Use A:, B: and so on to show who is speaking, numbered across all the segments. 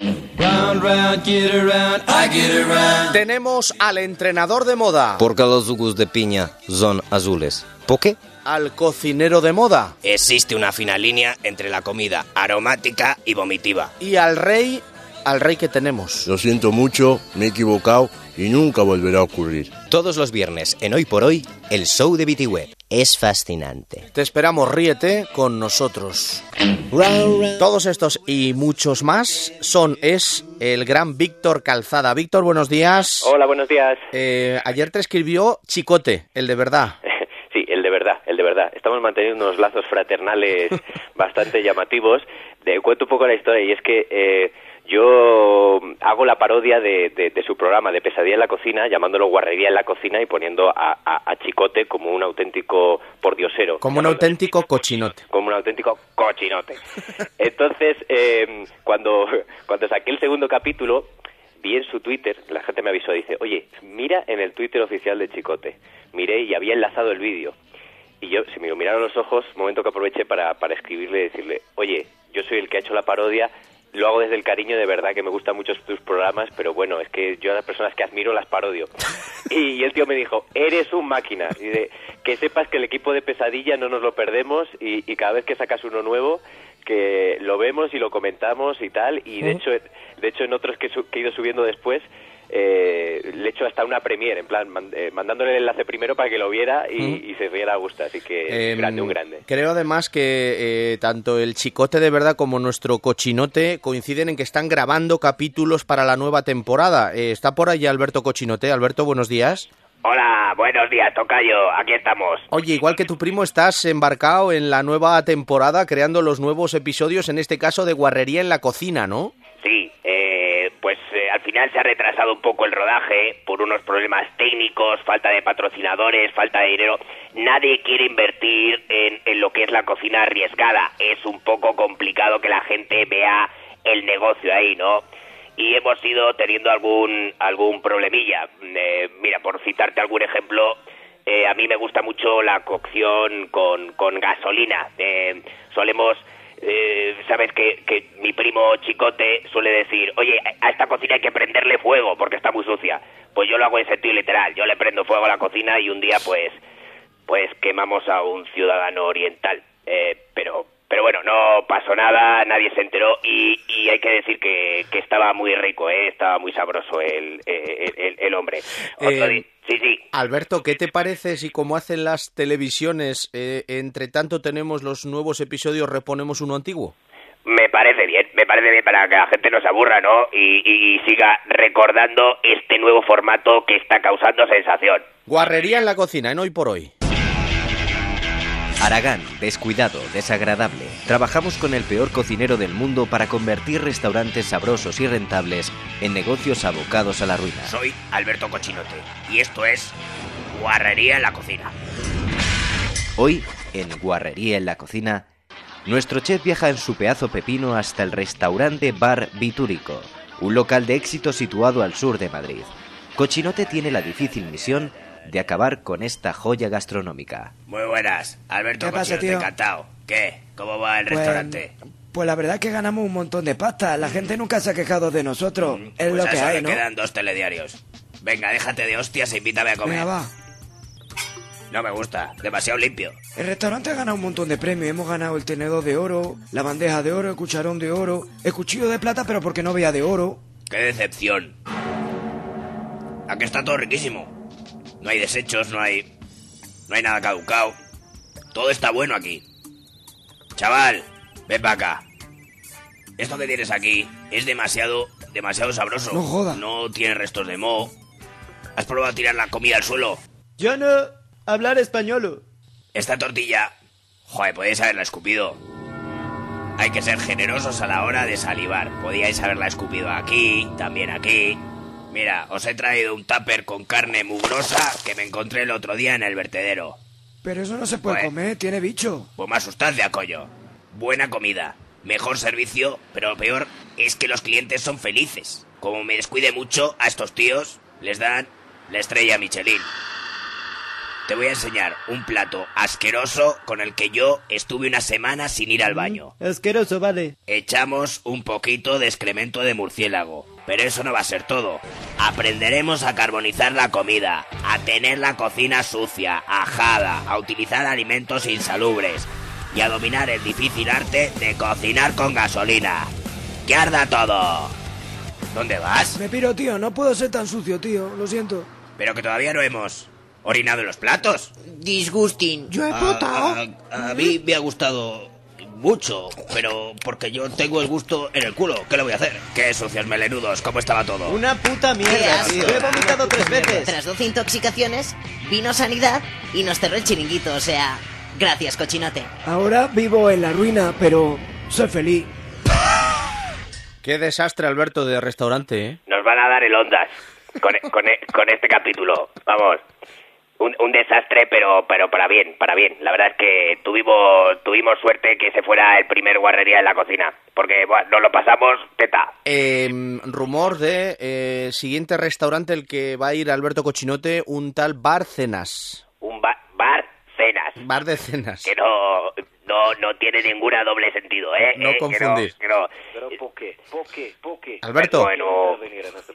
A: Round, round, get around, I get around.
B: Tenemos al entrenador de moda,
C: Porque los jugos de piña son azules? ¿Por qué?
B: al cocinero de moda
D: Existe una fina línea entre la comida aromática y vomitiva.
B: y al rey, al rey que tenemos.
E: Lo siento mucho, me he equivocado y nunca volverá a ocurrir.
C: Todos los viernes en Hoy por Hoy, el show de BT Web. Es fascinante.
B: Te esperamos, ríete con nosotros. Todos estos y muchos más son, es el gran Víctor Calzada. Víctor, buenos días.
F: Hola, buenos días.
B: Eh, ayer te escribió Chicote, el de verdad.
F: Sí, el de verdad, el de verdad. Estamos manteniendo unos lazos fraternales bastante llamativos. Te cuento un poco la historia y es que eh, yo hago la parodia de, de- de su programa de Pesadilla en la Cocina, llamándolo Guarrería en la Cocina y poniendo a, a- a Chicote como un auténtico pordiosero.
B: Como un
F: Llamándole-
B: auténtico cochinote.
F: como un auténtico cochinote. Entonces, eh, cuando, cuando saqué el segundo capítulo, vi en su Twitter, la gente me avisó, dice, oye, mira en el Twitter oficial de Chicote. Miré y había enlazado el vídeo. Y yo, si me miraron los ojos, momento que aproveché para, para escribirle y decirle, oye, yo soy el que ha hecho la parodia, lo hago desde el cariño, de verdad que me gustan mucho tus programas, pero bueno, es que yo a las personas que admiro las parodio. Y el tío me dijo, eres un máquina. Y de, que sepas que el equipo de pesadilla no nos lo perdemos y, y cada vez que sacas uno nuevo, que lo vemos y lo comentamos y tal. Y de, hecho, de hecho, en otros que, su- que he ido subiendo después, eh, le he hecho hasta una premiere, en plan, man- eh, mandándole el enlace primero para que lo viera y, y se riera a gusto. Así que,
B: Em,
F: grande, un grande.
B: Creo además que eh, tanto el chicote de verdad como nuestro cochinote coinciden en que están grabando capítulos para la nueva temporada. Eh, está por allí Alberto Cochinote. Alberto, buenos días.
D: Hola, buenos días, Tocayo. Aquí estamos.
B: Oye, igual que tu primo, estás embarcado en la nueva temporada creando los nuevos episodios, en este caso de Guarrería en la Cocina, ¿no?
D: Sí, eh, pues eh, al final se ha retrasado un poco el rodaje por unos problemas técnicos, falta de patrocinadores, falta de dinero. Nadie quiere invertir en, en lo que es la cocina arriesgada. Es un poco complicado que la gente vea el negocio ahí, ¿no? Y hemos ido teniendo algún, algún problemilla. Eh, mira, por citarte algún ejemplo, eh, a mí me gusta mucho la cocción con, con gasolina. Eh, solemos, eh, sabes que, que mi primo Chicote suele decir, oye, a esta cocina hay que prenderle fuego porque está muy sucia. Pues yo lo hago en sentido literal, yo le prendo fuego a la cocina y un día pues, pues quemamos a un ciudadano oriental. Eh, pero, pero bueno, no pasó nada, nadie se enteró y, y hay que decir que, que estaba muy rico, eh, estaba muy sabroso el, eh, el, el- el hombre. Otro
B: Eh,
D: di- sí, sí.
B: Alberto, ¿qué te parece si como hacen las televisiones, eh, entre tanto tenemos los nuevos episodios, reponemos uno antiguo?
D: Me parece bien, me parece bien para que la gente no se aburra, ¿no? Y, y- y siga recordando este nuevo formato que está causando sensación.
B: Guarrería en la Cocina, en Hoy por Hoy.
C: Aragán, descuidado, desagradable. Trabajamos con el peor cocinero del mundo para convertir restaurantes sabrosos y rentables en negocios abocados a la ruina.
D: Soy Alberto Cochinote y esto es Guarrería en la Cocina.
C: Hoy, en Guarrería en la Cocina, nuestro chef viaja en su pedazo pepino hasta el restaurante Bar Bitúrico, un local de éxito situado al sur de Madrid. Cochinote tiene la difícil misión de acabar con esta joya gastronómica.
D: Muy buenas, Alberto
G: ¿Qué pasa, tío?
D: encantado. ¿Qué? ¿Cómo va el
G: Pues- Pues, la verdad es que ganamos un montón de pasta. La gente nunca se ha quejado de nosotros. es
D: Pues
G: lo
D: a
G: que
D: eso
G: hay,
D: le
G: ¿no?
D: quedan dos telediarios. Venga, déjate de hostias e invítame a
G: Venga, va.
D: No me gusta, demasiado limpio.
G: El restaurante ha ganado un montón de premios. Hemos ganado el tenedor de oro, la bandeja de oro, el cucharón de oro, el cuchillo de plata, pero porque no veía de oro.
D: ¡Qué decepción! Aquí está todo riquísimo. No hay desechos, no hay. No hay nada caducado. Todo está bueno aquí. Chaval, ven para acá. Esto que tienes aquí es demasiado. demasiado sabroso.
G: No joda.
D: No tiene restos de moho. ¿Has probado a tirar la comida al suelo?
H: Yo no hablar español.
D: Esta tortilla. Joder, podéis haberla escupido. Hay que ser generosos a la hora de salivar. Podíais haberla escupido aquí, también aquí. Mira, os he traído un tupper con carne mugrosa que me encontré el otro día en el vertedero.
G: Pero eso no se puede
D: Pues-
G: comer, tiene bicho.
D: Pues más sustancia, coño. Buena comida, mejor servicio, pero lo peor es que los clientes son felices. Como me descuide mucho, a estos tíos les dan la estrella Michelin. Te voy a enseñar un plato asqueroso con el que yo estuve una semana sin ir al baño.
H: Mm, Asqueroso, vale.
D: Echamos un poquito de excremento de murciélago. Pero eso no va a ser todo. Aprenderemos a carbonizar la comida, a tener la cocina sucia, ajada, a utilizar alimentos insalubres y a dominar el difícil arte de cocinar con gasolina. ¡Que arda todo! ¿Dónde vas?
G: Me piro, tío, no puedo ser tan sucio, tío, lo siento.
D: Pero que todavía no hemos orinado en los platos.
I: Disgusting.
G: Yo he potado.
D: Ah, a mí me ha gustado mucho, pero porque yo tengo el gusto en el culo. ¿Qué le voy a hacer? ¡Qué sucios melenudos! ¿Cómo estaba todo?
H: Una puta
I: Qué
H: mierda,
I: asco. Pues
H: tío. Yo he vomitado tres veces.
I: Tras 12 intoxicaciones, vino sanidad y nos cerró el chiringuito, o sea, gracias, cochinote.
G: Ahora vivo en la ruina, pero soy feliz.
B: Qué desastre, Alberto, de restaurante, ¿eh?
D: Nos van a dar el ondas con, con- con este capítulo. Vamos. Un, un desastre, pero, pero para bien, para bien. La verdad es que tuvimos, tuvimos suerte que se fuera el primer guarrería en la cocina. Porque bueno, nos lo pasamos teta.
B: Eh, rumor de eh, siguiente restaurante el que va a ir Alberto Cochinote, un tal Bárcenas.
D: Un ba- bar cenas.
B: Bar de cenas.
D: Que no, no, no tiene ninguna doble sentido, ¿eh?
B: No
D: Eh, que
B: confundir.
D: que no.
B: Alberto,
D: Bueno,
F: este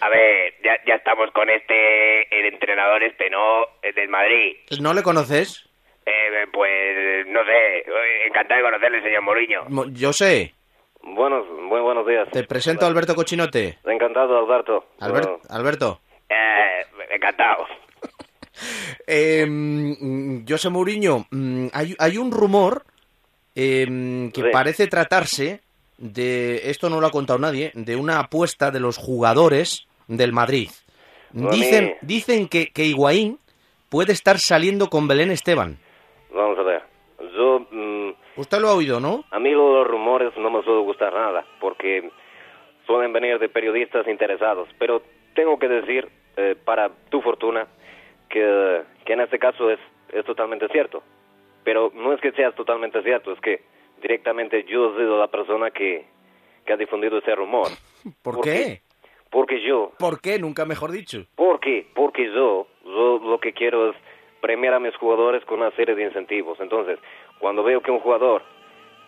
D: a ver, ya, ya estamos con este, el entrenador este, ¿no? El del Madrid.
B: ¿no le conoces?
D: Eh, pues no sé, eh, encantado de conocerle, señor Mourinho.
B: Mo- Yo sé.
F: Buenos, muy buenos días.
B: Te presento a Alberto Cochinote.
F: Encantado, Alberto.
B: Albert- Alberto.
D: Eh, encantado.
B: Eh, mm, José Mourinho, mm, hay, hay un rumor eh, que
F: Sí.
B: parece tratarse de, esto no lo ha contado nadie, de una apuesta de los jugadores del Madrid.
F: Vale.
B: Dicen, dicen que, que Higuaín puede estar saliendo con Belén Esteban.
F: Vamos a ver. Yo, mm,
B: Usted lo ha oído, ¿no?
F: a mí los rumores no me suelen gustar nada, porque suelen venir de periodistas interesados. Pero tengo que decir, eh, para tu fortuna, que, que en este caso es, es totalmente cierto. Pero no es que sea totalmente cierto, es que directamente yo he sido la persona que, que ha difundido ese rumor.
B: ¿Por,
F: ¿Por
B: qué?
F: qué? Porque yo
B: ¿Por qué? Nunca mejor dicho.
F: ¿Por qué? Porque yo, yo lo que quiero es premiar a mis jugadores con una serie de incentivos. Entonces, cuando veo que un jugador,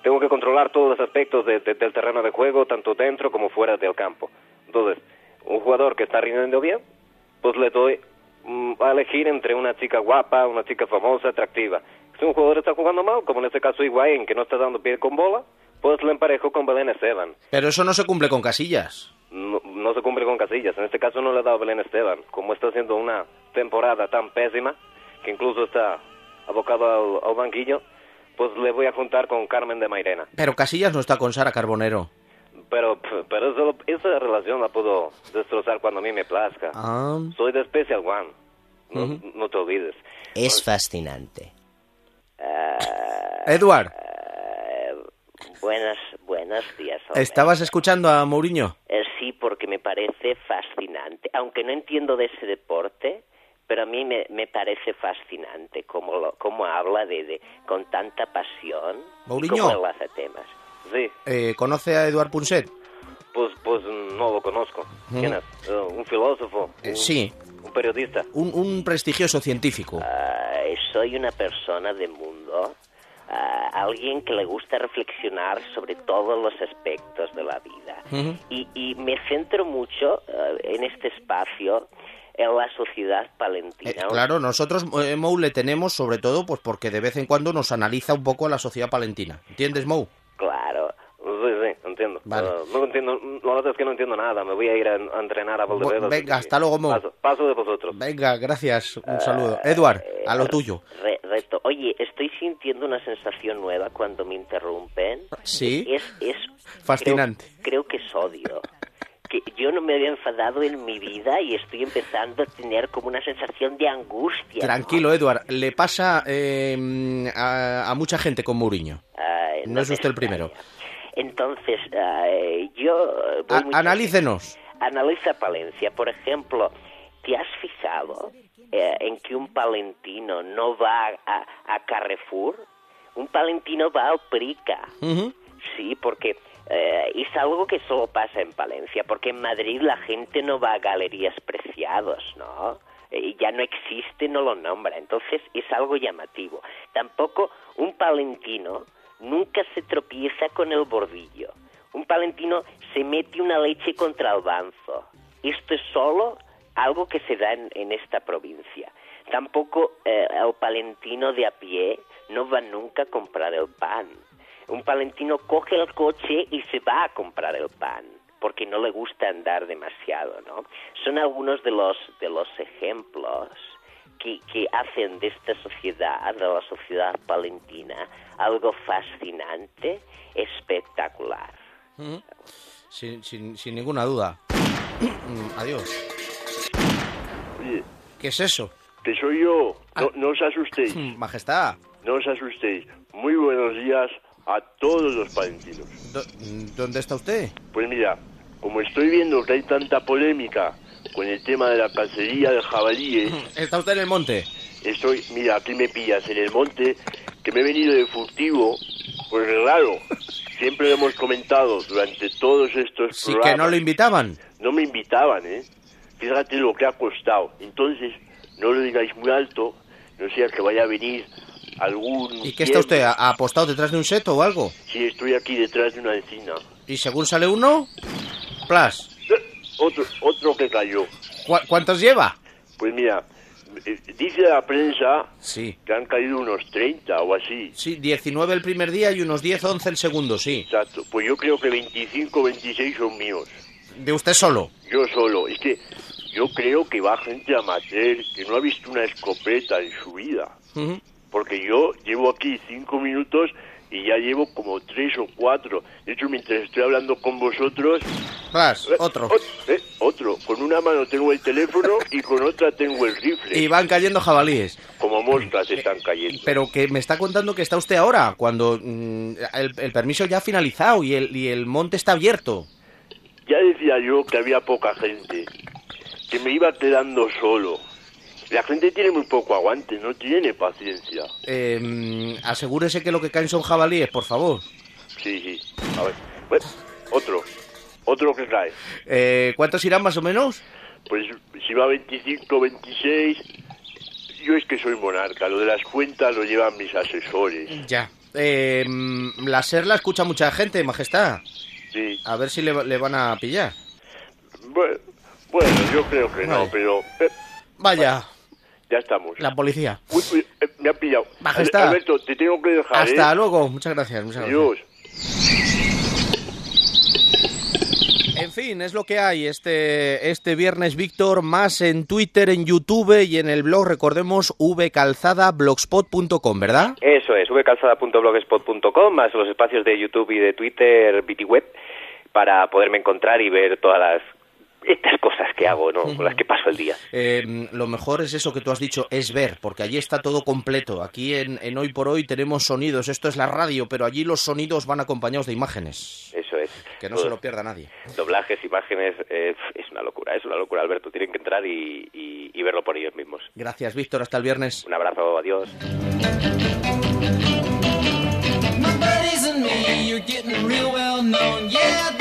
F: tengo que controlar todos los aspectos de- de- del terreno de juego, tanto dentro como fuera del campo. Entonces, un jugador que está rindiendo bien, pues le doy mm, a elegir entre una chica guapa, una chica famosa, atractiva. Si un jugador está jugando mal, como en este caso Higuaín, que no está dando pie con bola, pues le emparejo con Belén Esteban.
B: Pero eso no se cumple con casillas.
F: no, no se cumple con Casillas. En este caso no le ha dado Belén Esteban, como está haciendo una temporada tan pésima, que incluso está abocado al, al banquillo, pues le voy a juntar con Carmen de Mairena.
B: Pero Casillas no está con Sara Carbonero.
F: Pero, p- pero eso- esa relación la puedo destrozar cuando a mí me plazca.
B: Ah.
F: Soy de Special One, no, no te olvides.
I: Es fascinante.
B: Edward,
I: Buenas, buenos días.
B: ¿estabas escuchando a Mourinho?
I: Eh, sí, porque me parece fascinante. Aunque no entiendo de ese deporte, pero a mí me, me parece fascinante cómo, lo, cómo habla de, de- con tanta pasión
B: Mourinho.
I: y cómo enlaza temas.
F: Sí,
B: Eh, ¿Conoce a Eduard Punset?
F: pues, pues no lo conozco. ¿Quién es? Eh, ¿Un filósofo?
B: Eh,
F: ¿Un-
B: sí.
F: ¿Un periodista?
B: Un, un prestigioso científico.
D: Ah,
I: Ay, Eh, soy una persona de mundo, ah, alguien que le gusta reflexionar sobre todos los aspectos de la vida. y, y me centro mucho ah, en este espacio en la sociedad palentina.
B: Eh, claro, nosotros eh, Mou le tenemos sobre todo pues porque de vez en cuando nos analiza un poco la sociedad palentina. ¿Entiendes, Mou?
I: Claro.
F: Sí, sí, entiendo.
B: Vale.
F: Eh, no entiendo, la verdad es que no entiendo nada. Me voy a ir a, a entrenar a
B: Bu-
F: Valdebebas.
B: venga,
F: así que
B: hasta luego, Mo.
F: Paso, paso de vosotros.
B: Venga, gracias. Un saludo. Edward, a lo tuyo.
I: Re- reto. Oye, estoy sintiendo una sensación nueva cuando me interrumpen.
B: Sí.
I: Es, es
B: Fascinante.
I: Creo, creo que es odio. Que yo no me había enfadado en mi vida y estoy empezando a tener como una sensación de angustia.
B: em,
I: ¿no?
B: Tranquilo, Edward. Le pasa eh, a, a mucha gente con Mourinho.
I: Ah,
D: me.
B: No es
D: me
B: usted el
D: extraña.
B: primero.
D: Entonces, eh, yo. eh, voy
B: A-
D: mucho-
B: analícenos.
D: Analiza Palencia, por ejemplo, ¿te has fijado eh, en que un palentino no va a, a Carrefour? Un palentino va al Prica.
B: Ujú.
D: Sí, porque eh, es algo que solo pasa en Palencia, porque en Madrid la gente no va a galerías preciados, ¿no? Eh, ya no existe, no lo nombra. Entonces es algo llamativo. Tampoco un palentino nunca se tropieza con el bordillo. Un palentino se mete una leche contra el banzo. Esto es solo algo que se da en, en esta provincia. Tampoco eh, el palentino de a pie no va nunca a comprar el pan. Un palentino coge el coche y se va a comprar el pan, porque no le gusta andar demasiado, ¿no? Son algunos de los, de los ejemplos que, que hacen de esta sociedad, de la sociedad palentina, algo fascinante, espectacular.
B: Ujú. Sin, sin- sin ninguna duda. Mm, Adiós.
F: Oye,
B: ¿Qué es eso?
F: que soy yo.
B: Ah.
F: No, no os asustéis,
B: Majestad.
F: no os asustéis. Muy buenos días a todos los palentinos.
B: Do- mm, ¿Dónde está usted?
F: Pues mira, como estoy viendo que hay tanta polémica con el tema de la cacería de jabalíes,
B: Está usted en el monte.
F: estoy, mira, aquí me pillas en el monte, que me he venido de furtivo, pues claro, siempre lo hemos comentado durante todos estos
B: Sí
F: programas.
B: que no lo invitaban.
F: No me invitaban, ¿eh? Fíjate lo que ha costado. Entonces, no lo digáis muy alto, no sea que vaya a venir algún...
B: ¿Y qué está usted?
F: fiel.
B: ¿A- ¿Apostado detrás de un seto o algo?
F: Sí, estoy aquí detrás de una encina.
B: Y según sale uno, plas.
F: Eh, Otro, otro que cayó.
B: ¿Cu- ¿Cuántos lleva?
F: Pues mira, eh, dice la prensa
B: Sí.
F: que han caído unos 30 o así.
B: Sí, 19 el primer día y unos 10, 11 el segundo, sí.
F: Exacto. Pues yo creo que 25 26 son míos.
B: De usted solo.
F: Yo solo. Es que yo creo que va gente amateur que no ha visto una escopeta en su vida.
B: Ujú.
F: Porque yo llevo aquí cinco minutos y ya llevo como tres o cuatro. De hecho, mientras estoy hablando con vosotros...
B: Plas,
F: Eh,
B: otro.
F: ot- eh, otro. Con una mano tengo el teléfono y con otra tengo el rifle.
B: Y van cayendo jabalíes.
F: Como moscas están cayendo.
B: Pero que me está contando que está usted ahora, cuando mm, el, el permiso ya ha finalizado y el, y el monte está abierto.
F: Ya decía yo que había poca gente, que me iba quedando solo. La gente tiene muy poco aguante, no tiene paciencia.
B: Eh, mm, asegúrese que lo que caen son jabalíes, por favor.
F: Sí, sí. A ver. Bueno, otro. Otro que cae.
B: Eh, ¿Cuántos irán más o menos?
F: Pues si va 25, 26... Yo es que soy monarca, lo de las cuentas lo llevan mis asesores.
B: Ya. Eh, mm, la SER la escucha mucha gente, majestad.
F: Sí.
B: A ver si le, va- le van a pillar.
F: Bueno, bueno, yo creo que no,
B: Vale.
F: pero... eh,
B: Vaya,
F: ya estamos.
B: la policía.
F: Uy, uy, eh, me ha pillado.
B: Majestad.
F: Alberto, te tengo que dejar, ¿eh?
B: Hasta luego, muchas gracias. Muchas gracias.
F: Adiós.
B: En fin, es lo que hay este, este viernes, Víctor, más en Twitter, en YouTube y en el blog, recordemos, vcalzadablogspot.com, ¿verdad?
J: Eso es, vcalzada.blogspot.com, más los espacios de YouTube y de Twitter, BTWeb, para poderme encontrar y ver todas las estas cosas que hago, ¿no? Con las que paso el día.
B: Eh, lo mejor es eso que tú has dicho, es ver, porque allí está todo completo. Aquí en, en Hoy por Hoy tenemos sonidos, esto es la radio, pero allí los sonidos van acompañados de imágenes.
J: Eso es.
B: Que no
J: Todo.
B: se
F: Pues
B: lo pierda nadie.
J: Doblajes, imágenes, eh, es una locura, es una locura, Alberto. Tienen que entrar y, y- y verlo por ellos mismos.
B: Gracias, Víctor, hasta el viernes.
J: Un abrazo, adiós.
A: My buddies and me, you're getting real well known. Yeah,